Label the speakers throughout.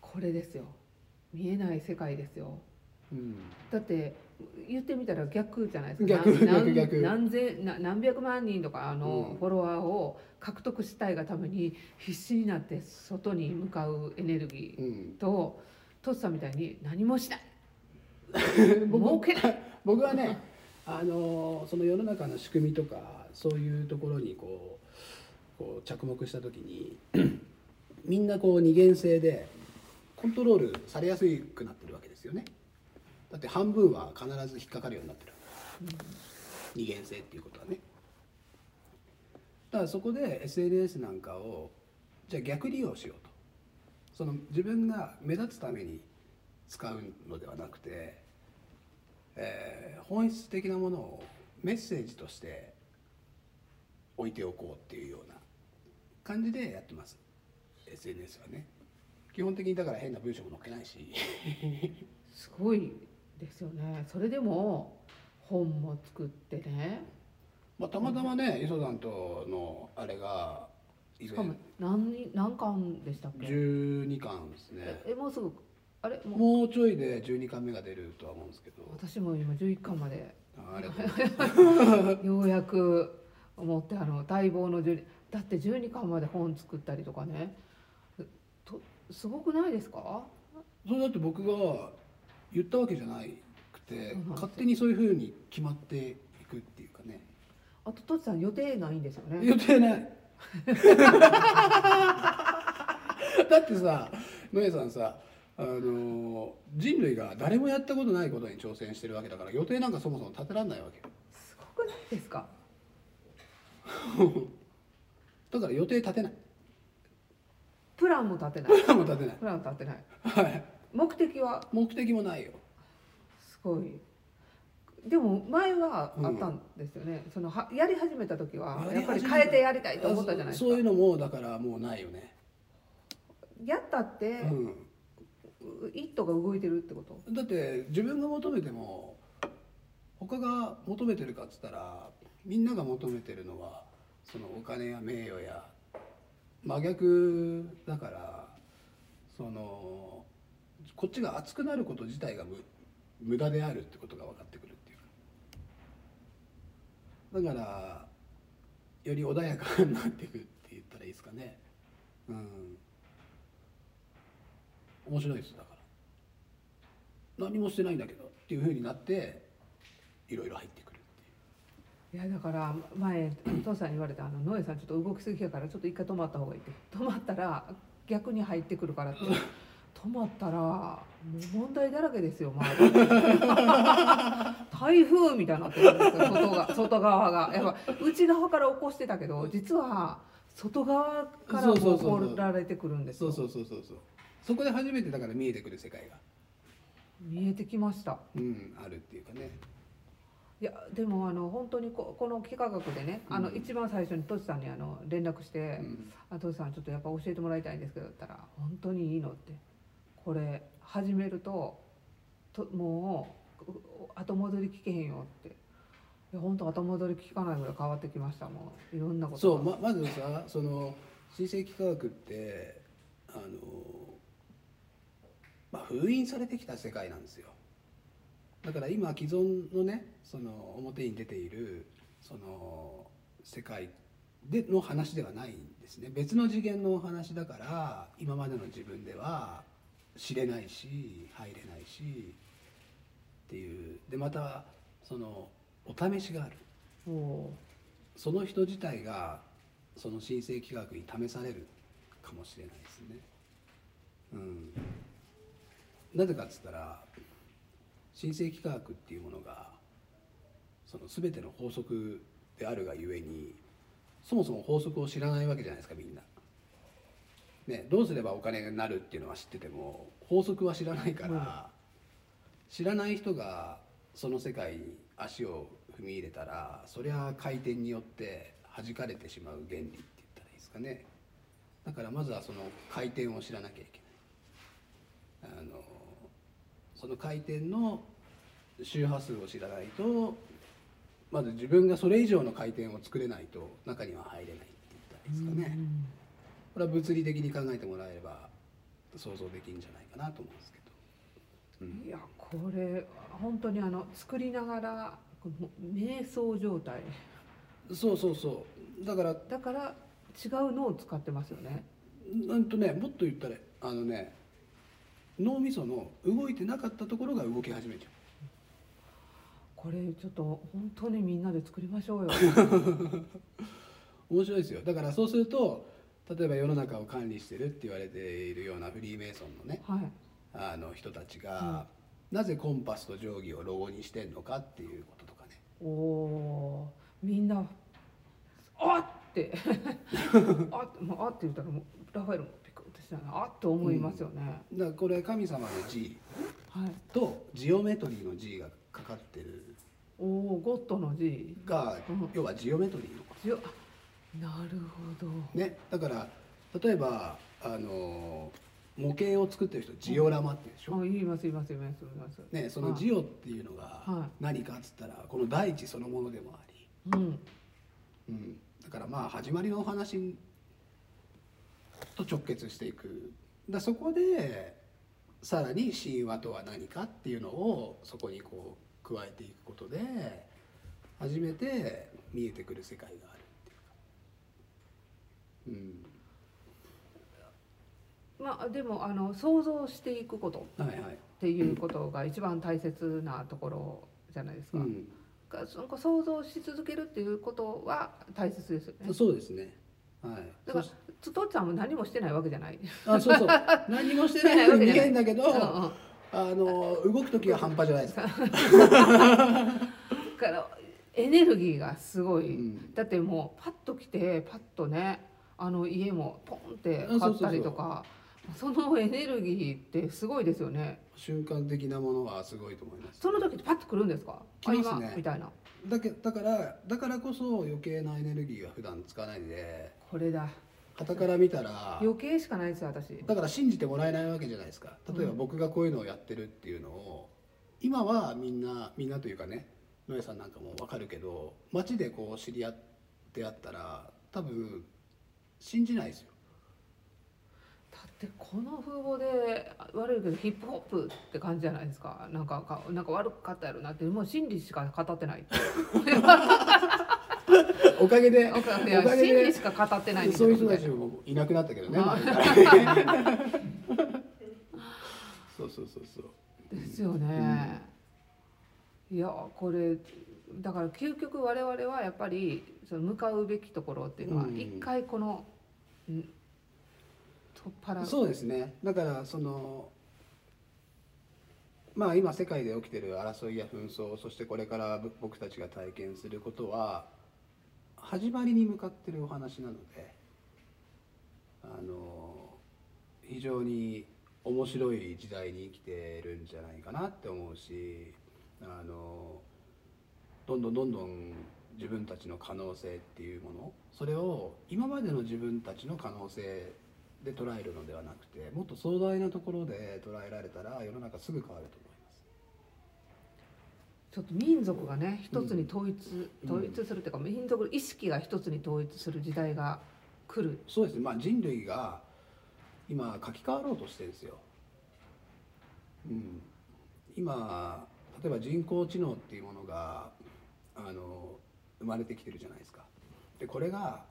Speaker 1: これですよ見えない世界ですよ
Speaker 2: うん、
Speaker 1: だって言ってみたら逆じゃないですか
Speaker 2: 逆
Speaker 1: な
Speaker 2: 逆逆
Speaker 1: 何千な何百万人とかあ
Speaker 2: う
Speaker 1: の
Speaker 2: ん
Speaker 1: フォロワーを獲得したいがために必死になって外に向かうエネルギ
Speaker 2: うん
Speaker 1: ーとトッツさんみたいに何もしない儲
Speaker 2: 僕
Speaker 1: けない
Speaker 2: 僕はねあのその世の中の仕組みとかそういうところにこうこう着目した時に みんなこう二元性でコントロールされやすくなってるわけですよねだって半分は必ず引っかかるようになってる二元性っていうことはねだからそこで SNS なんかをじゃあ逆利用しようとその自分が目立つために使うのではなくて、えー本質的なものをメッセージとして置いておこうっていうような感じでやってます SNS はね基本的にだから変な文章も載っけないし
Speaker 1: すごいですよねそれでも本も作ってね
Speaker 2: まあたまたまね磯さんとのあれが以
Speaker 1: しか
Speaker 2: 前
Speaker 1: も何何巻でしたっけ
Speaker 2: 12巻ですね
Speaker 1: えもうすぐあれもう
Speaker 2: もうちょいで12巻目が出るとは思うんですけど
Speaker 1: 私も今11巻まで
Speaker 2: あれだ
Speaker 1: ようやく思ってあの待望の12だって12巻まで本作ったりとかねとすごくないですか
Speaker 2: それだって僕が言ったわけじゃなくて
Speaker 1: うん
Speaker 2: 勝手にそういうふうに決まっていくっていうかね
Speaker 1: あとトチさん予定ないんですよね
Speaker 2: 予定ないだってさノエさんさあの人類が誰もやったことないことに挑戦してるわけだから予定なんかそもそも立てらんないわけ
Speaker 1: すごくないですか
Speaker 2: だから予定立てない
Speaker 1: プランも立てない
Speaker 2: プランも立てない
Speaker 1: プラン立てない
Speaker 2: はい
Speaker 1: 目的は
Speaker 2: 目的もないよ
Speaker 1: すごいでも前はあったんですよね、そのはやり始めた時はやっぱり変えてやりたいと思ったじゃないです
Speaker 2: あそそういう
Speaker 1: か
Speaker 2: のもだからもうないよね、
Speaker 1: やったって
Speaker 2: う
Speaker 1: 「イット!」が動いてるってこと
Speaker 2: ん、だって自分が求めても他が求めてるかっつったらみんなが求めてるのはそのお金や名誉や真逆だからそのこっちが熱くなること自体が無無駄であるってことが分かってくるっていうかだからより穏やかになっていくって言ったらいいですかねうん面白いですだから何もしてないんだけどっていうふうになっていろいろ入ってくるっていう
Speaker 1: いやだから前父さんに言われたあの「ノエさんちょっと動きすぎやからちょっと一回止まった方がいい」って止まったら逆に入ってくるからって止まったらもう問題だらけですよ周り 台風みたいになってるんですよ外が外側がやっぱ内側から起こしてたけど実は外側からも
Speaker 2: そうそうそうそう
Speaker 1: 怒られてくるんです
Speaker 2: そ
Speaker 1: よ
Speaker 2: うそうそうそうそうそこで初めてだから見えてくる世界が
Speaker 1: 見えてきました
Speaker 2: うんあるっていうかね
Speaker 1: いやでもあの本当にここの幾何学でねあの
Speaker 2: うん
Speaker 1: 一番最初にトシさんにあの連絡して。
Speaker 2: うん
Speaker 1: あとさんちょっとやっぱ教えてもらいたいんですけど」って言ったら「本当にいいの?」ってこれ始めるとともうう後戻り聞けへんよっていや本当後戻り聞かないぐらい変わってきましたもういろんなこと
Speaker 2: そう
Speaker 1: が
Speaker 2: ままずさその新生科学ってあの、まあ、封印されてきた世界なんですよだから今既存のねその表に出ているその世界での話ではないんですね別の次元のお話だから今までの自分では知れないし入れないしっていうでまたそのお試しがある
Speaker 1: おう
Speaker 2: その人自体がその新生企画に試されるかもしれないですね。うん、なぜかっつったら新生企画っていうものがその全ての法則であるがゆえにそもそも法則を知らないわけじゃないですかみんな。ね、どうすればお金になるっていうのは知ってても法則は知らないから、知らない人がその世界に足を踏み入れたらそりゃ回転によって弾かれてしまう原理って言ったらいいですかねだからまずはその回転を知らなきゃいけないあのその回転の周波数を知らないとまず自分がそれ以上の回転を作れないと中には入れないって言ったらいいですかね、
Speaker 1: うん
Speaker 2: これは物理的に考えてもらえれば想像できるんじゃないかなと思うんですけど、うん
Speaker 1: いやこれ本当にあの作りながらこの瞑想状態
Speaker 2: そうそうそうだから
Speaker 1: だから違うのを使ってますよね
Speaker 2: うんとねもっと言ったらあのね脳みその動いてなかったところが動き始めちゃ
Speaker 1: これちょっと本当にみんなで作りまし ょうよ
Speaker 2: う面白いですよだからそうすると例えば世の中を管理してるって言われているようなフリーメイソンのね
Speaker 1: はい
Speaker 2: あの人たちが、なぜコンパスと定規をロゴにしてんのかっていうこととかね
Speaker 1: おおーみんな「あっ!」 って「あっ!」もうあって言ったらもうラファエルもピクッとしたなあっと思いますよね、
Speaker 2: だからこれ神様の G
Speaker 1: はい
Speaker 2: とジオメトリーの G がかかってる
Speaker 1: おおゴッドの字
Speaker 2: が、
Speaker 1: うん
Speaker 2: 要はジオメトリーのこ
Speaker 1: 強あなるほど
Speaker 2: とねだから例えばあの模型を作ってる人ジオラマって言うでしょ、
Speaker 1: あ言います言います言います言います
Speaker 2: ね、その
Speaker 1: はい
Speaker 2: ジオっていうのが
Speaker 1: は
Speaker 2: 何かっつったらこの大地そのものでもあり、
Speaker 1: うん
Speaker 2: うん、だからまあ始まりのお話と直結していくだそこでさらに神話とは何かっていうのをそこにこう加えていくことで初めて見えてくる世界があるっていうか、
Speaker 1: まあでもあの想像していくこと
Speaker 2: うん、はいはい、
Speaker 1: っていうことが一番大切なところじゃないです
Speaker 2: う
Speaker 1: か、
Speaker 2: ん、
Speaker 1: がその想像し続けるっていうことは大切ですよね
Speaker 2: そうですねはい
Speaker 1: だから
Speaker 2: そし
Speaker 1: つとっちゃんも何もしてないわけじゃない
Speaker 2: あそうそう何もしてないように見えんだけど、
Speaker 1: うんうん
Speaker 2: あの動く時は半端じゃないですか。
Speaker 1: だからエネルギーがすご
Speaker 2: う
Speaker 1: い、
Speaker 2: ん
Speaker 1: だってもうパッと来てパッとねあの家もポンって
Speaker 2: あそ
Speaker 1: 買
Speaker 2: うそうそう
Speaker 1: ったりとかそのエネルギーってすごいですよね
Speaker 2: 瞬間的なものはすごいと思います。
Speaker 1: その時ってパッと来るんですか
Speaker 2: 来ますね
Speaker 1: あ今みたいな
Speaker 2: だけだからだからこそ余計なエネルギーが普段使わないんで、
Speaker 1: これだ
Speaker 2: 傍から見たら
Speaker 1: 余計しかないですよ私
Speaker 2: だから信じてもらえないわけじゃないですか。例えば
Speaker 1: うん
Speaker 2: 僕がこういうのをやってるっていうのを今はみんなみんなというかね、野江さんなんかもわかるけど、街でこう知り合ってやったら多分信じないですよ。
Speaker 1: だってこの風貌で悪いけどヒップホップって感じじゃないですかなんかかなんか悪かったやろなってもう真理しか語って ない
Speaker 2: おかげで
Speaker 1: おかいや
Speaker 2: おかげ
Speaker 1: 真
Speaker 2: で
Speaker 1: 理しか語ってないんだけ
Speaker 2: そう
Speaker 1: どみ
Speaker 2: いう人
Speaker 1: たい
Speaker 2: たち
Speaker 1: な
Speaker 2: もいなくなったけどね。
Speaker 1: まあ
Speaker 2: 周りから そうそうそうそう。
Speaker 1: ですよね、いやこれだから究極我々はやっぱりその向かうべきところっていうのは
Speaker 2: うん
Speaker 1: 一回この、うん、取っ払う
Speaker 2: そうですね。だからそのまあ今世界で起きてる争いや紛争、そしてこれから僕たちが体験することは始まりに向かってるお話なので、あの非常に面白い時代に生きてるんじゃないかなって思うし、あのどんどんどんどん自分たちの可能性っていうものそれを今までの自分たちの可能性で捉えるのではなくてもっと壮大なところで捉えられたら世の中すぐ変わると思います。
Speaker 1: ちょっと民族がね一つに統一、
Speaker 2: うん
Speaker 1: 統一するっていうか民族の意識が一つに統一する時代が来る
Speaker 2: そうですね、まあ、人類が今書き換わろうとしてるんですよ。うん、今例えば人工知能っていうものがあの生まれてきてるじゃないですか。でこれが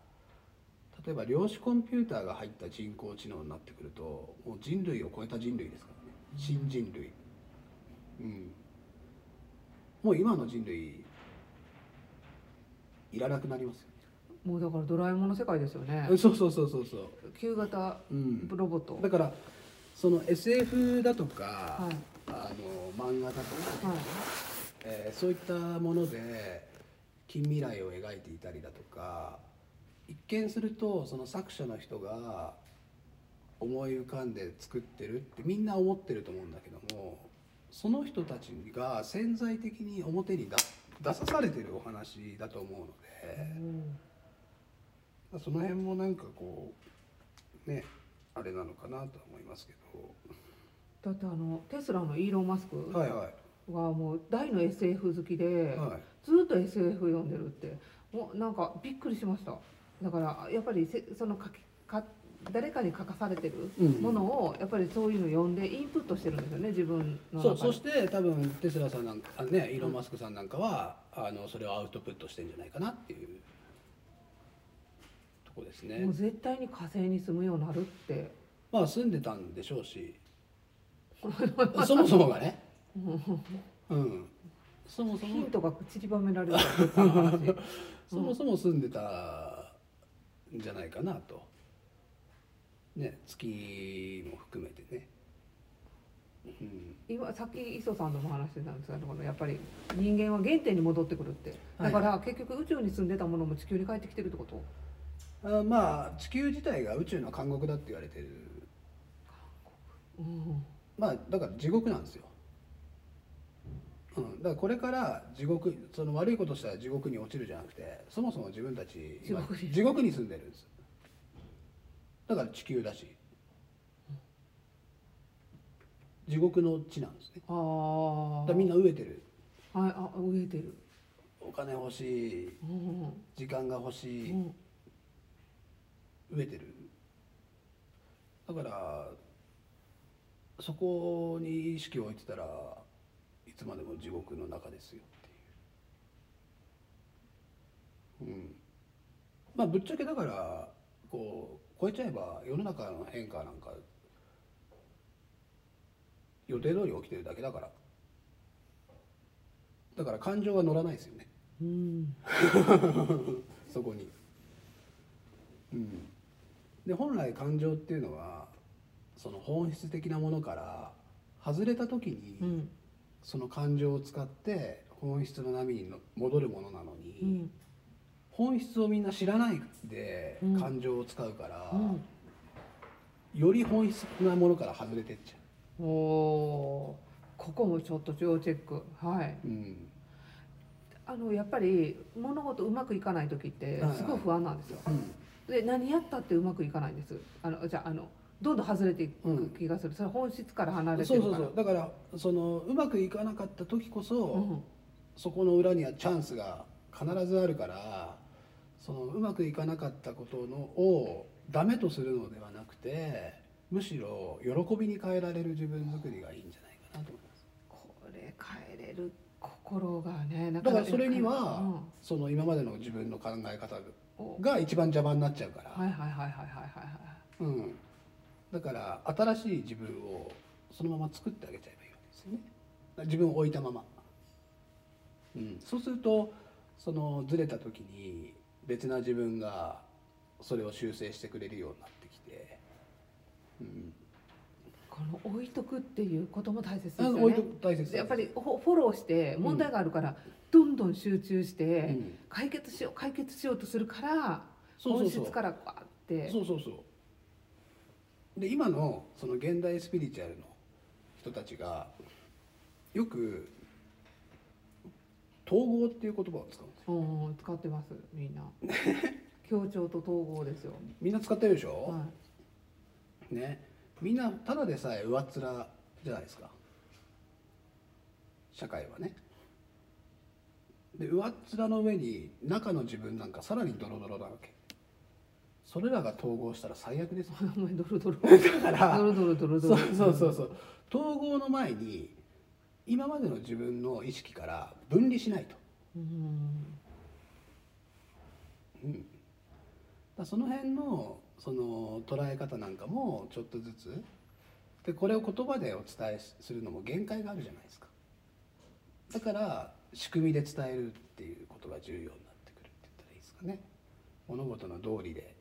Speaker 2: 例えば量子コンピューターが入った人工知能になってくるともう人類を超えた人類ですからね新人類、うん、もう今の人類いらなくなりますよ、
Speaker 1: もうだからドラえもんの世界ですよね、
Speaker 2: そうそうそうそうそう
Speaker 1: 旧型
Speaker 2: うん
Speaker 1: ロボット、
Speaker 2: だからその SF だとか、
Speaker 1: はい
Speaker 2: あの漫画だとか、
Speaker 1: はい
Speaker 2: えーそういったもので近未来を描いていたりだとか一見するとその作者の人が思い浮かんで作ってるってみんな思ってると思うんだけどもその人たちが潜在的に表に出出さされてるお話だと思うので。その辺もなんかこうねあれなのかなとは思いますけ
Speaker 1: だってあのテスラのイーロン・マスク
Speaker 2: どはいは
Speaker 1: はもう大の SF 好きで
Speaker 2: い、はい
Speaker 1: ずっと SF 読んでるってもうなんかびっくりしましただからやっぱりせその書きか誰かに書かされてる
Speaker 2: うん
Speaker 1: ものをやっぱりそういうの読んでインプットしてるんですよね自分の
Speaker 2: そ
Speaker 1: 中
Speaker 2: う
Speaker 1: に
Speaker 2: そして多分テスラさんなんかあねイーロン・マスクさんなんかは、あのそれをアウトプットしてんじゃないかなっていうとこですね
Speaker 1: もう絶対に火星に住むようになるって
Speaker 2: まあ住んでたんでしょうしそもそも がねうんそもそ
Speaker 1: ヒ
Speaker 2: も
Speaker 1: ントが散りばめられるから話
Speaker 2: そもそも住んでたんじゃないかなとね月も含めてねうん
Speaker 1: 今さっき磯さんとも話してたんですけどこのやっぱり人間は原点に戻ってくるってだから結局宇宙に住んでたものも地球に帰ってきてるってこと
Speaker 2: あまあ地球自体が宇宙の監獄だって言われてる
Speaker 1: うん
Speaker 2: まあだから地獄なんですよ、うん、だからこれから地獄その悪いことしたら地獄に落ちるじゃなくてそもそも自分たち
Speaker 1: 地
Speaker 2: 今
Speaker 1: 獄に
Speaker 2: 地獄に住んでるんですだから地球だし地獄の地なんですね
Speaker 1: あ
Speaker 2: だ
Speaker 1: ー
Speaker 2: からみんな飢えてる
Speaker 1: はいあ飢えてる
Speaker 2: お金欲しい
Speaker 1: うんうん
Speaker 2: 時間が欲しい飢えてるだからそこに意識を置いてたらいつまでも地獄の中ですよっていううんまあぶっちゃけだからこう超えちゃえば世の中の変化なんか予定通り起きてるだけだからだから感情が乗らないですよね
Speaker 1: うん
Speaker 2: そこに、うん、で本来感情っていうのはその本質的なものから外れた時に、
Speaker 1: うん
Speaker 2: その感情を使って本質の波にの戻るものなのに、
Speaker 1: うん
Speaker 2: 本質をみんな知らないで
Speaker 1: うん
Speaker 2: 感情を使うから、
Speaker 1: うん
Speaker 2: より本質なものから外れてっちゃ
Speaker 1: おおーここもちょっと要チェックはい。
Speaker 2: う、うん、
Speaker 1: あのやっぱり物事うまくいかない時って
Speaker 2: はいはい
Speaker 1: すごい不安なんですよ。で何やったってうまくいかないんです。あのじゃああのどんどん外れていく気がする。それ本質から離れて
Speaker 2: そう
Speaker 1: るか
Speaker 2: そ
Speaker 1: ら。
Speaker 2: うそうだからそのうまくいかなかった時こそ、そこの裏にはチャンスが必ずあるからそのうまくいかなかったことのをダメとするのではなくてむしろ喜びに変えられる自分作りがいいんじゃないかなと思います
Speaker 1: これ変えれる心がねな
Speaker 2: だからそれには、
Speaker 1: うん
Speaker 2: その今までの自分の考え方
Speaker 1: お
Speaker 2: が一番邪魔になっちゃうから、
Speaker 1: はいはいはいはいはいはいはい。
Speaker 2: うん、だから新しい自分をそのまま作ってあげちゃえばいいわけですよねだから自分を置いたまま、うん、そうするとそのずれた時に別な自分がそれを修正してくれるようになってきて、うん
Speaker 1: この置いとくっていうことも大切です
Speaker 2: あ
Speaker 1: よ
Speaker 2: の置いと
Speaker 1: ね
Speaker 2: く。大切です
Speaker 1: やっぱりフォフォローして問題があるから、どんどん集中して。
Speaker 2: うん
Speaker 1: 解決しよう解決しようとするから
Speaker 2: そうそうそう
Speaker 1: 本質からバーって
Speaker 2: そうそうそうで今のその現代スピリチュアルの人たちがよく統合っていう言葉を使うんですよ
Speaker 1: うん使ってますみん な協調と統合ですよ、
Speaker 2: みんな使ってるでしょ、
Speaker 1: は
Speaker 2: ねみんなただでさえ上っ面じゃないですか社会はねで上っ面の上に中の自分なんかさらにドロドロなわけそれらが統合したら最悪ですよ
Speaker 1: い、お前ドロドロ
Speaker 2: だから
Speaker 1: ドロドロドロド
Speaker 2: そ
Speaker 1: ロ
Speaker 2: うそうそうそう統合の前に今までの自分の意識から分離しないと、
Speaker 1: うん
Speaker 2: うん、だからその辺のその捉え方なんかもちょっとずつでこれを言葉でお伝えしするのも限界があるじゃないですかだから仕組みで伝えるっていうことが重要になってくるって言ったらいいですかね物事の道理で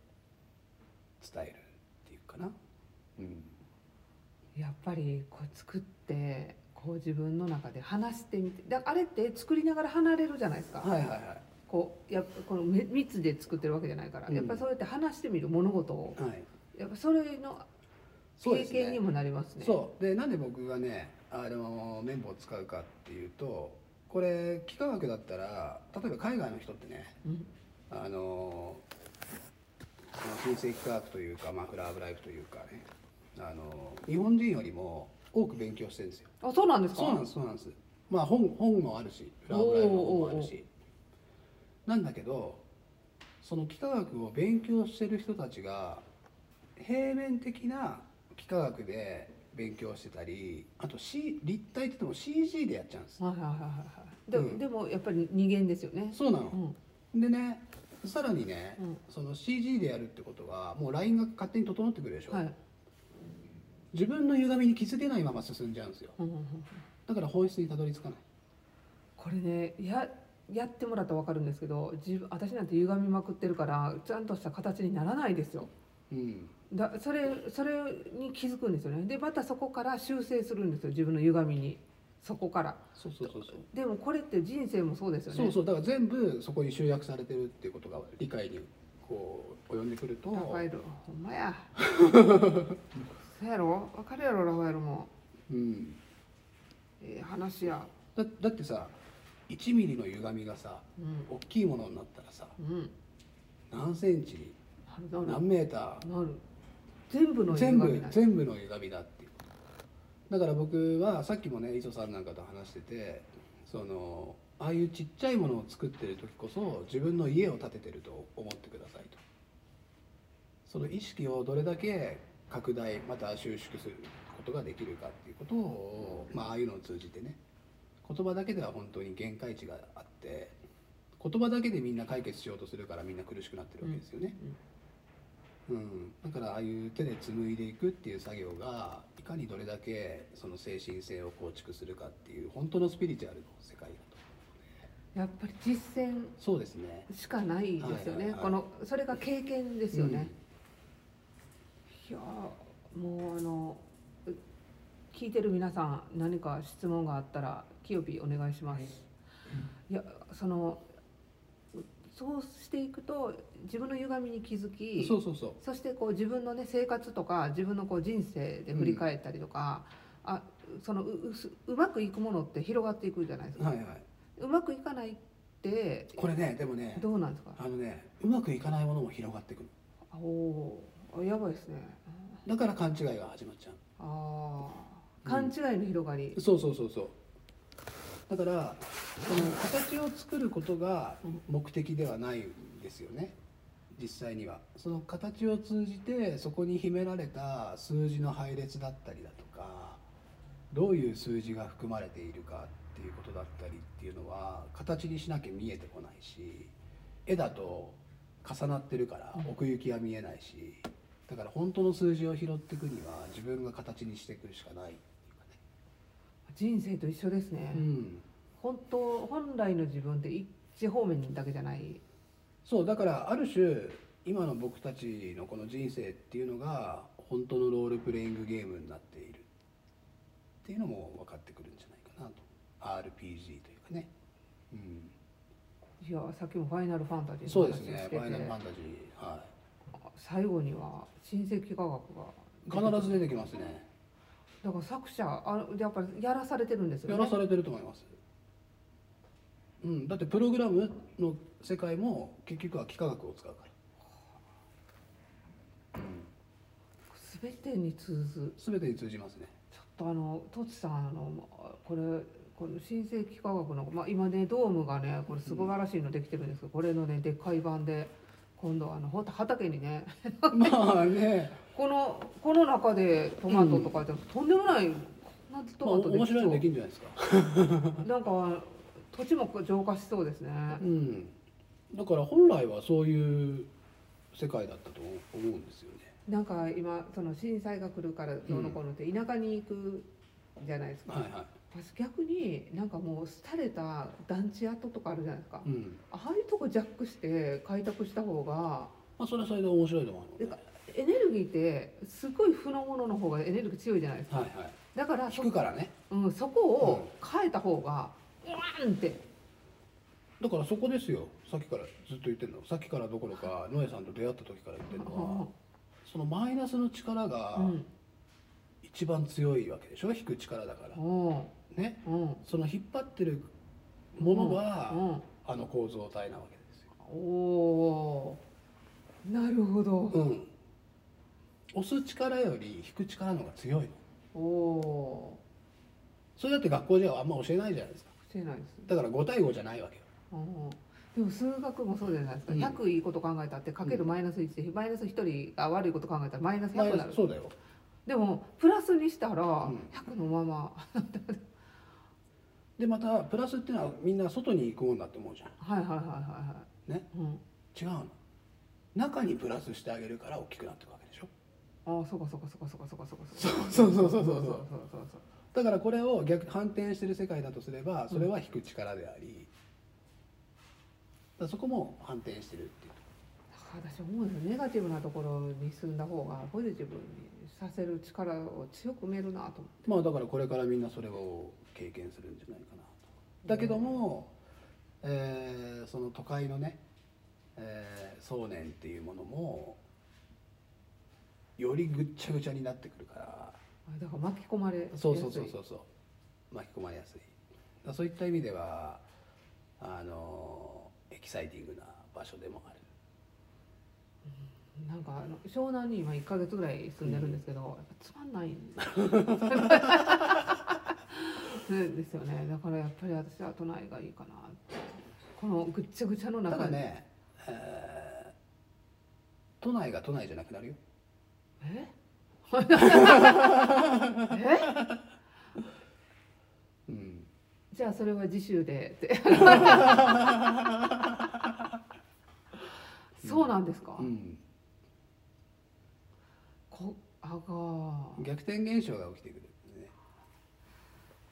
Speaker 2: 伝えるっていうかなうん
Speaker 1: やっぱりこう作ってこう自分の中で話してみてだあれって作りながら離れるじゃないですか、
Speaker 2: はいはいはい
Speaker 1: こうやっぱこのめ密で作ってるわけじゃないから、
Speaker 2: うん
Speaker 1: やっぱりそうやって話してみる物事を
Speaker 2: はい
Speaker 1: やっぱそれの
Speaker 2: そう
Speaker 1: 経
Speaker 2: ですね
Speaker 1: 験にもなりますね
Speaker 2: そうでなんで僕がねあの綿棒を使うかっていうとこれ幾何学だったら例えば海外の人ってね
Speaker 1: うん
Speaker 2: あのその新世紀科学というかマフラー・オブ・ライフというかねあの日本人よりも多く勉強してるんですよ
Speaker 1: あそうなんですか
Speaker 2: そうなんですそうなんですまあ本本もあるしフラー・オブ・ライフの本もある
Speaker 1: おーおー
Speaker 2: しなんだけどその幾何学を勉強してる人たちが平面的な幾何学で勉強してたりあと、C、立体って言っても CG でやっちゃうんです
Speaker 1: はいはいはいはいで,、
Speaker 2: うん
Speaker 1: でもやっぱり二元ですよね
Speaker 2: そうな
Speaker 1: う
Speaker 2: の、
Speaker 1: ん
Speaker 2: でねさらにね、
Speaker 1: うん
Speaker 2: その CG でやるってことはもうラインが勝手に整ってくるでしょ、
Speaker 1: はい
Speaker 2: 自分の歪みに気づけないまま進んじゃうんですよ
Speaker 1: うんうんうん
Speaker 2: だから本質にたどり着かない
Speaker 1: これねややってもらったら分かるんですけど自分私なんて歪みまくってるからちゃんとした形にならないですよ
Speaker 2: うん
Speaker 1: だそれそれに気づくんですよねでまたそこから修正するんですよ自分の歪みにそこから
Speaker 2: そうそうそうそう
Speaker 1: でもこれって人生もそうですよね
Speaker 2: そうそうだから全部そこに集約されてるっていうことが理解にこう及んでくると
Speaker 1: ラファエルほんまやそうやろ分かるやろラファエルも
Speaker 2: うん、
Speaker 1: ええ話や
Speaker 2: だだってさ1ミリの歪みがさ
Speaker 1: うん
Speaker 2: 大きいものになったらさ
Speaker 1: うん
Speaker 2: 何センチに
Speaker 1: なるなる
Speaker 2: 何メータ
Speaker 1: なる全部の
Speaker 2: ー
Speaker 1: 歪
Speaker 2: 全部
Speaker 1: みだね
Speaker 2: 全部の歪みだっていうだから僕はさっきもね磯さんなんかと話しててそのああいうちっちゃいものを作ってる時こそ自分の家を建ててると思ってくださいとその意識をどれだけ拡大また収縮することができるかっていうことを、まあ、ああいうのを通じてね言葉だけでは本当に限界値があって言葉だけでみんな解決しようとするからみんな苦しくなってるわけですよね、うん、だからああいう手で紡いでいくっていう作業がいかにどれだけその精神性を構築するかっていう本当のスピリチュアルの世界だと
Speaker 1: やっぱり実践
Speaker 2: そうですね
Speaker 1: しかないですよね、
Speaker 2: はいはいはい
Speaker 1: このそれが経験ですよね、いやーもうあのう聞いてる皆さん何か質問があったら清日お願いします、い、やそのうそうしていくと自分の歪みに気づ
Speaker 2: うん
Speaker 1: き
Speaker 2: そうそうそう
Speaker 1: そしてこう自分のね生活とか自分のこう人生で振り返ったりとか、あそのううすうまくいくものって広がっていくじゃないですか、
Speaker 2: はいはいう
Speaker 1: まくいかないって
Speaker 2: これねでもね
Speaker 1: どうなんですか
Speaker 2: あのねうまくいかないものも広がってくる
Speaker 1: おおやばいですね
Speaker 2: だから勘違いが始まっちゃ
Speaker 1: ああ
Speaker 2: う
Speaker 1: 勘
Speaker 2: ん
Speaker 1: 違いの広がり、
Speaker 2: うそうそうそうそうだからその形を作ることが目的ではないんですよね実際にはその形を通じてそこに秘められた数字の配列だったりだとかどういう数字が含まれているかっていうことだったりっていうのは形にしなきゃ見えてこないし絵だと重なってるから奥行きは見えないしだから本当の数字を拾っていくには自分が形にしていくしかないっていうかね
Speaker 1: 人生と一緒ですね、
Speaker 2: うん、
Speaker 1: 本当本来の自分って一方面だけじゃない
Speaker 2: そうだからある種今の僕たちのこの人生っていうのが本当のロールプレイングゲームになっているっていうのも分かってくるんじゃないかなと RPG というかね、うん、
Speaker 1: いやさっきも「ファイナルファンタジー」
Speaker 2: そうですね「フ
Speaker 1: て
Speaker 2: ァイナル
Speaker 1: て
Speaker 2: ファンタジー」は
Speaker 1: 最後には新世紀科学が
Speaker 2: い必ず出てきますね
Speaker 1: だから作者あやっぱりやらされてるんですよね
Speaker 2: やらされてると思います、うん、だってプログラムの世界も結局は幾何学を使うから、うん、
Speaker 1: 全てに通ず
Speaker 2: 全てに通じます ね
Speaker 1: ちょっとあのトチさんあのこれこの新世紀科学の、まあ、今ねドームがねこれ素晴らしいのできてるんですけど、これのねでっかい版で今度あのほんと畑にね
Speaker 2: まあね
Speaker 1: このこの中でトマトとかって、とんでもないこんな
Speaker 2: まあ、
Speaker 1: トマトできそ
Speaker 2: 面白いのでき
Speaker 1: う
Speaker 2: るんじゃないですか
Speaker 1: なんか土地も浄化しそうですね、
Speaker 2: うん、だから本来はそういう世界だったと思うんですよね。
Speaker 1: なんか今その震災が来るからどうのこうのって田舎に行くじゃないですか、
Speaker 2: はいは
Speaker 1: 私逆になんかもう廃れた団地跡とかあるじゃないですか
Speaker 2: い。うん。
Speaker 1: ああいうとこジャックして開拓した方が
Speaker 2: まあそれはそれで面白いと思うので。
Speaker 1: てかエネルギーってすごい負のものの方がエネルギー強いじゃないですか
Speaker 2: はいはい。
Speaker 1: だからそ,、
Speaker 2: 引くからね。
Speaker 1: うん、そこを変えた方がうわーんって
Speaker 2: だからそこですよ。さっきからずっと言ってんの。さっきからどころかノエさんと出会った時から言ってるのは、そのマイナスの力が
Speaker 1: うん
Speaker 2: 一番強いわけでしょ。引く力だから。
Speaker 1: うん
Speaker 2: ね。
Speaker 1: うん
Speaker 2: その引っ張ってるものが、
Speaker 1: うん
Speaker 2: あの構造体なわけですよ。
Speaker 1: おおーなるほど
Speaker 2: うん。押す力より引く力の方が強い
Speaker 1: お
Speaker 2: の。
Speaker 1: お
Speaker 2: それだって学校ではあんま教えないじゃないですか
Speaker 1: ー教えないです
Speaker 2: だから5対5じゃないわけよ
Speaker 1: うんでも数学もそうじゃないですか、
Speaker 2: うん
Speaker 1: 100いいこと考えたってかけるマイナス1で、マイナス1人が悪いこと考えたらマイナス100になる
Speaker 2: そうだよ
Speaker 1: でもプラスにしたら
Speaker 2: ん
Speaker 1: 100のまま、
Speaker 2: でまたプラスっていうのはみんな外に行くもんだって思うじゃ
Speaker 1: はいはいはいはいはい
Speaker 2: ね、
Speaker 1: うん、
Speaker 2: ん違うの中にプラスしてあげるから大きくなっていくわけでしょ
Speaker 1: ああそうかそうかそうかそうかそうかそうか
Speaker 2: そうそうそうそうそう
Speaker 1: そうそうそう
Speaker 2: だからこれを逆反転してる世界だとすればそれは引く力であり、だからそこも反転してるっていう
Speaker 1: だから私思うんですよネガティブなところに進んだ方がポジティブにさせる力を強く見えるなと思って
Speaker 2: まあだからこれからみんなそれを経験するんじゃないかなとだけども、えーその都会のね、えー、想念っていうものもよりぐっちゃぐちゃになってくるから
Speaker 1: あだから巻き込まれやすい
Speaker 2: そうそうそうそうそう巻き込まれやすいだからそういった意味ではあのエキサイティングな場所でもある
Speaker 1: なんかあの湘南に今1か月ぐらい住んでるんですけど、やっぱつまんないんですよそうですよねだからやっぱり私は都内がいいかなってこのぐっちゃぐちゃの
Speaker 2: た
Speaker 1: 中
Speaker 2: だ
Speaker 1: で、
Speaker 2: ね、えー都内が都内じゃなくなるよ
Speaker 1: え え
Speaker 2: うん
Speaker 1: じゃあそれは次週でって そうなんですか、
Speaker 2: うん
Speaker 1: こあが
Speaker 2: 逆転現象が起きてくるんでね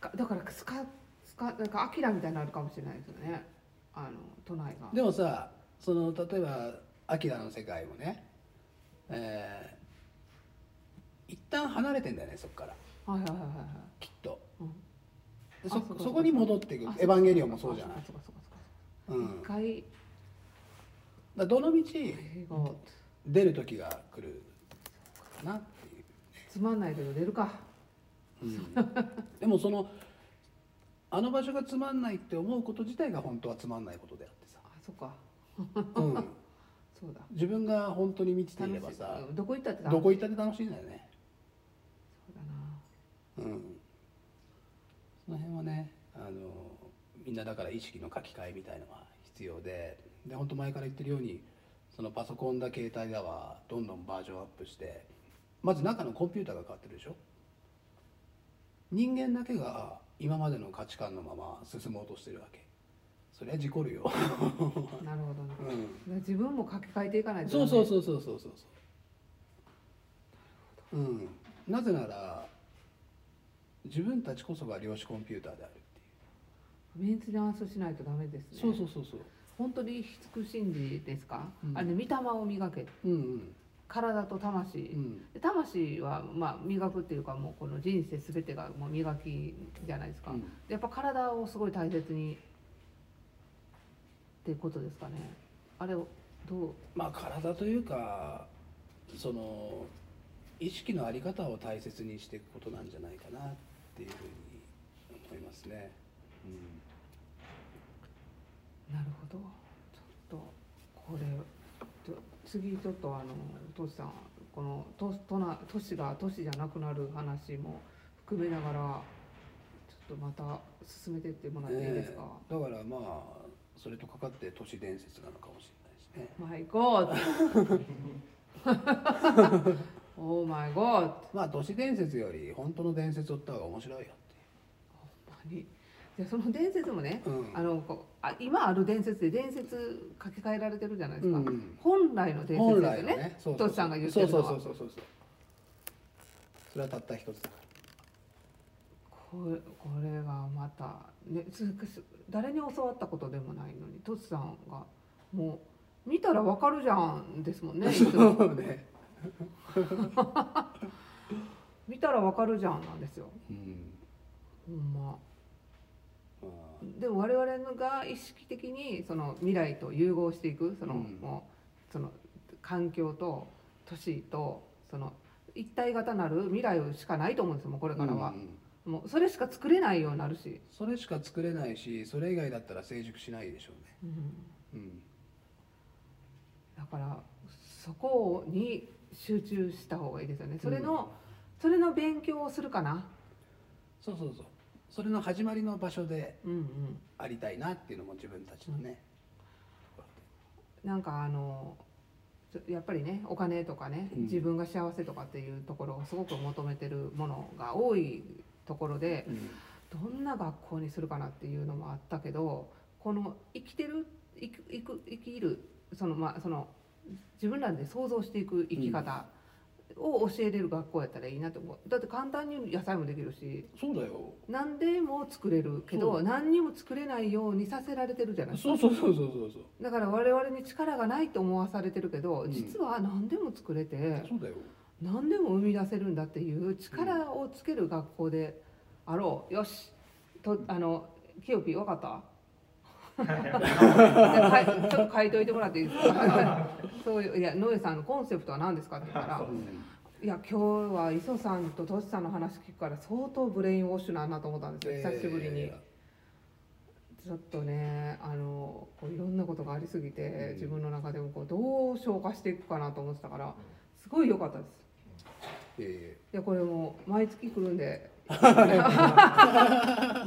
Speaker 1: かだからスカスカなんかアキラみたいになるかもしれないですよねあの都内が。
Speaker 2: でもさその例えば「アキラの世界もね、えー一旦離れてんだよねそこから
Speaker 1: はいはいはいはいはい。
Speaker 2: きっと
Speaker 1: うん
Speaker 2: で
Speaker 1: あ
Speaker 2: そ
Speaker 1: そうか
Speaker 2: そこに戻っていく
Speaker 1: あ
Speaker 2: 「エヴァンゲリオン」もそうじゃない、
Speaker 1: そうかそうかそうか
Speaker 2: う
Speaker 1: そうか
Speaker 2: ん、だ
Speaker 1: 一回
Speaker 2: からどの道
Speaker 1: 映画を
Speaker 2: 出る時が来るかなっていう、
Speaker 1: つまんないけど出るか。
Speaker 2: うん、でもそのあの場所がつまんないって思うこと自体が本当はつまんないことであってさ
Speaker 1: あ、そっか。、
Speaker 2: うん、
Speaker 1: そうだ。
Speaker 2: 自分が本当に満ちてい
Speaker 1: 楽
Speaker 2: れ
Speaker 1: し
Speaker 2: ばさ
Speaker 1: い。うんどこ行ったって楽しい。
Speaker 2: どこ行ったって楽しいんだよね
Speaker 1: そうだな。
Speaker 2: うん、その辺はねあのみんなだから意識の書き換えみたいのは必要でで本当前から言ってるようにそのパソコンだ携帯だはどんどんバージョンアップしてまず中のコンピューターが変わってるでしょ人間だけが今までの価値観のまま進もうとしてるわけそれは事故るよ、
Speaker 1: なるほどな。だか
Speaker 2: うん、
Speaker 1: ら自分も書き換えていかないと
Speaker 2: そ
Speaker 1: ダ
Speaker 2: う
Speaker 1: メ。
Speaker 2: そうそうそうそうそうそううんなぜなら自分たちこそが量子コンピューターであるってい
Speaker 1: メンテナンスしないとダメですね。
Speaker 2: う、そうそうそうそう
Speaker 1: 本当に慈しんじですか
Speaker 2: う。ん
Speaker 1: あれ、御霊を磨け。
Speaker 2: うん
Speaker 1: 体と魂
Speaker 2: うんう。ん
Speaker 1: で魂はまあ磨くっていうかもうこの人生すべてがもう磨きじゃないですか、
Speaker 2: うん
Speaker 1: でやっぱ体をすごい大切にっていうことですかねあれをど
Speaker 2: まあ体というかその意識のあり方を大切にしていくことなんじゃないかなっていうふうに思いますね、うん
Speaker 1: うなるほどちょっとこれちょ次ちょっとあのトシさんこの都都な都市が都市じゃなくなる話も含めながらちょっとまた進めてってもらっていいですか、
Speaker 2: ええだからまあそれとかかって都市伝説なのかもしれないしね
Speaker 1: マイゴー オーマイゴー
Speaker 2: まあ都市伝説より本当の伝説を追った方が面白いよって
Speaker 1: ほんま
Speaker 2: いう
Speaker 1: にじゃあその伝説もね、
Speaker 2: うん
Speaker 1: あのこうあ今ある伝説で伝説書き換えられてるじゃないですか、
Speaker 2: うんうん
Speaker 1: 本来の伝説ですよね
Speaker 2: そう
Speaker 1: トシさんが言ってるのは
Speaker 2: そうそうそうそうそうそれはたった一つだから
Speaker 1: これこれがまた、ね、すす誰に教わったことでもないのにトシさんがもう見たらわかるじゃんです もんねいつも
Speaker 2: そうね、
Speaker 1: 見たらわかるじゃんなんですよ
Speaker 2: うん
Speaker 1: ほんま
Speaker 2: ま
Speaker 1: でも我々のが意識的にその未来と融合していくその、
Speaker 2: うん
Speaker 1: もうその環境と都市とその一体型なる未来しかないと思うんですよもうこれ
Speaker 2: あ
Speaker 1: からは
Speaker 2: うんう、ん
Speaker 1: もうそれしか作れないようになるし、
Speaker 2: それしか作れないしそれ以外だったら成熟しないでしょ
Speaker 1: うん
Speaker 2: うね、
Speaker 1: だからそこに集中した方がいいですよねそれの、
Speaker 2: うん
Speaker 1: それの勉強をするかな
Speaker 2: うん、そうそうそうそれの始まりの場所で
Speaker 1: うんうん
Speaker 2: ありたいなっていうのも自分たちのね、
Speaker 1: なんかあのちょやっぱりねお金とかね
Speaker 2: うん
Speaker 1: 自分が幸せとかっていうところをすごく求めてるものが多いところで
Speaker 2: うん
Speaker 1: どんな学校にするかなっていうのもあったけどこの生きてる生き生く生きるそのまあその自分らで想像していく生き方を教えれる学校やったらいいなと思うだって簡単に野菜もできるし
Speaker 2: そうだよ
Speaker 1: 何でも作れるけ
Speaker 2: そ
Speaker 1: ど何にも作れないようにさせられてるじゃない
Speaker 2: そうそうそうそうそうそう
Speaker 1: だから我々に力がないと思わされてるけど
Speaker 2: うん
Speaker 1: 実は何でも作れて
Speaker 2: そうだよ
Speaker 1: 何でも生み出せるんだっていう力をつける学校であろうよしとあのキヨピー分かったでかいちょっと書いといてもらっていいですかそういういやノエさんのコンセプトは何ですかって言ったら
Speaker 2: うん
Speaker 1: いや今日は磯さんとトシさんの話聞くから相当ブレインウォッシュなんなと思ったんですよ久しぶりに、
Speaker 2: え
Speaker 1: ちょっとねあのこういろんなことがありすぎて、
Speaker 2: うん
Speaker 1: 自分の中でもこうどう消化していくかなと思ってたからすごい良かったです
Speaker 2: ーえ
Speaker 1: いやこれもう毎月来るんで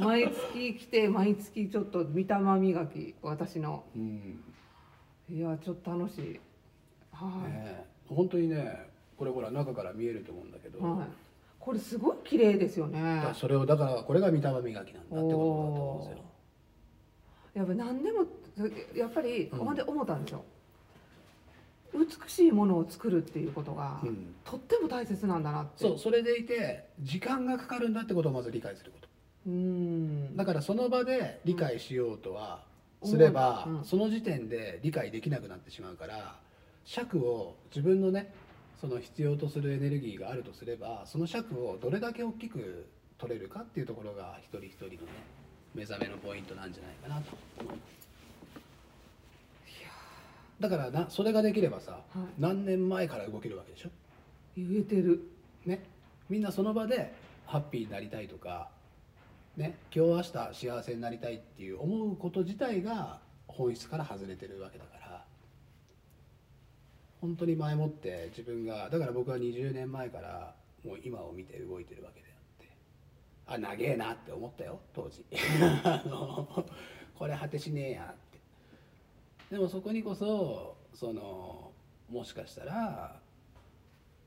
Speaker 1: 毎月来て毎月ちょっと見たま磨き私の
Speaker 2: ーうん
Speaker 1: いやちょっと楽しいはい、
Speaker 2: ね本当にねこれほら中から見えると思うんだけど、
Speaker 1: はい、これすごい綺麗ですよね
Speaker 2: だからそれをだからこれが見た目磨きなんだってことだと思うんですよ
Speaker 1: やっぱ何でもやっぱり、
Speaker 2: うん
Speaker 1: ほんで思ったんですよ美しいものを作るっていうことが、
Speaker 2: うん、
Speaker 1: とっても大切なんだなって
Speaker 2: そうそれでいて時間がかかるんだってことをまず理解すること
Speaker 1: うーん
Speaker 2: だからその場で理解しようとはすれば、
Speaker 1: うん
Speaker 2: その時点で理解できなくなってしまうから尺を自分のねその必要とするエネルギーがあるとすればその尺をどれだけ大きく取れるかっていうところが一人一人のね目覚めのポイントなんじゃないかなと思いますだからなそれができればさ
Speaker 1: は
Speaker 2: 何年前から動けるわけでしょ
Speaker 1: い、言えてる
Speaker 2: ね、みんなその場でハッピーになりたいとか、ね、今日明日幸せになりたいっていう思うこと自体が本質から外れてるわけだから本当に前もって自分がだから僕は20年前からもう今を見て動いてるわけであってあ長えなって思ったよ当時 あのこれ果てしねえやってでもそこにこそそのもしかしたら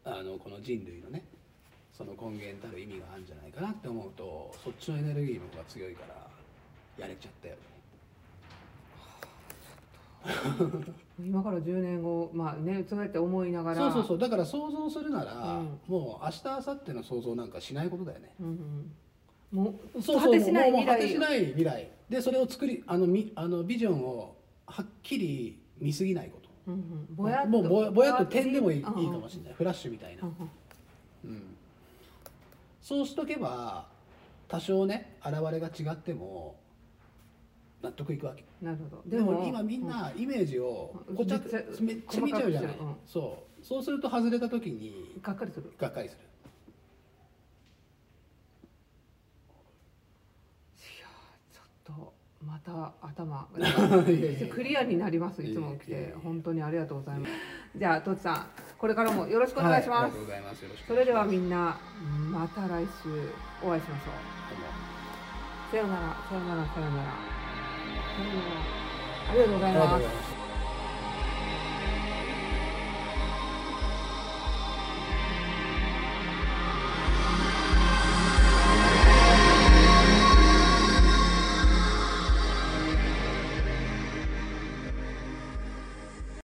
Speaker 2: あのこの人類のねその根源たる意味があるんじゃないかなって思うとそっちのエネルギーの方が強いからやれちゃったよね
Speaker 1: 今から10年後まあねそうやって思いながら
Speaker 2: そうそうそうだから想像するなら、
Speaker 1: うん
Speaker 2: もう明日明後日の想像なんかしないことだよね
Speaker 1: うんうん、もう
Speaker 2: そう
Speaker 1: 果
Speaker 2: そう
Speaker 1: てしない
Speaker 2: もう
Speaker 1: 未
Speaker 2: もう果てし
Speaker 1: 来
Speaker 2: ない未来でそれを作りあのみあのビジョンをはっきり見すぎないこと
Speaker 1: うんうん、ぼやっと
Speaker 2: もうぼやぼやっと点でもいいいいか
Speaker 1: うんうん
Speaker 2: もしれないフラッシュみたいな
Speaker 1: うんうん
Speaker 2: うん、そうしとけば多少ね現れが違っても納得いくわけ
Speaker 1: なるほど
Speaker 2: でも今みん、なイメージを
Speaker 1: うん
Speaker 2: こちゃ
Speaker 1: めっちゃ
Speaker 2: めっちゃ見ちゃうじゃない、
Speaker 1: 細かくしちゃううん
Speaker 2: そうそうすると外れた時
Speaker 1: う
Speaker 2: に
Speaker 1: んがっかりする
Speaker 2: がっかりする
Speaker 1: いやーちょっとまた頭
Speaker 2: いやいや
Speaker 1: クリアになりますいつも来
Speaker 2: いやいやい
Speaker 1: て
Speaker 2: や
Speaker 1: 本当にありがとうございますじゃあとちさんこれからもよろしくお願いし
Speaker 2: はあ
Speaker 1: ま
Speaker 2: り
Speaker 1: す、
Speaker 2: がとうございますよろしく
Speaker 1: それではみんなまた来週お会いしましょうさよならさよならさよならさよならありがとうござ
Speaker 2: あ
Speaker 1: い
Speaker 2: りがと
Speaker 1: ま
Speaker 2: う
Speaker 1: す
Speaker 2: ございます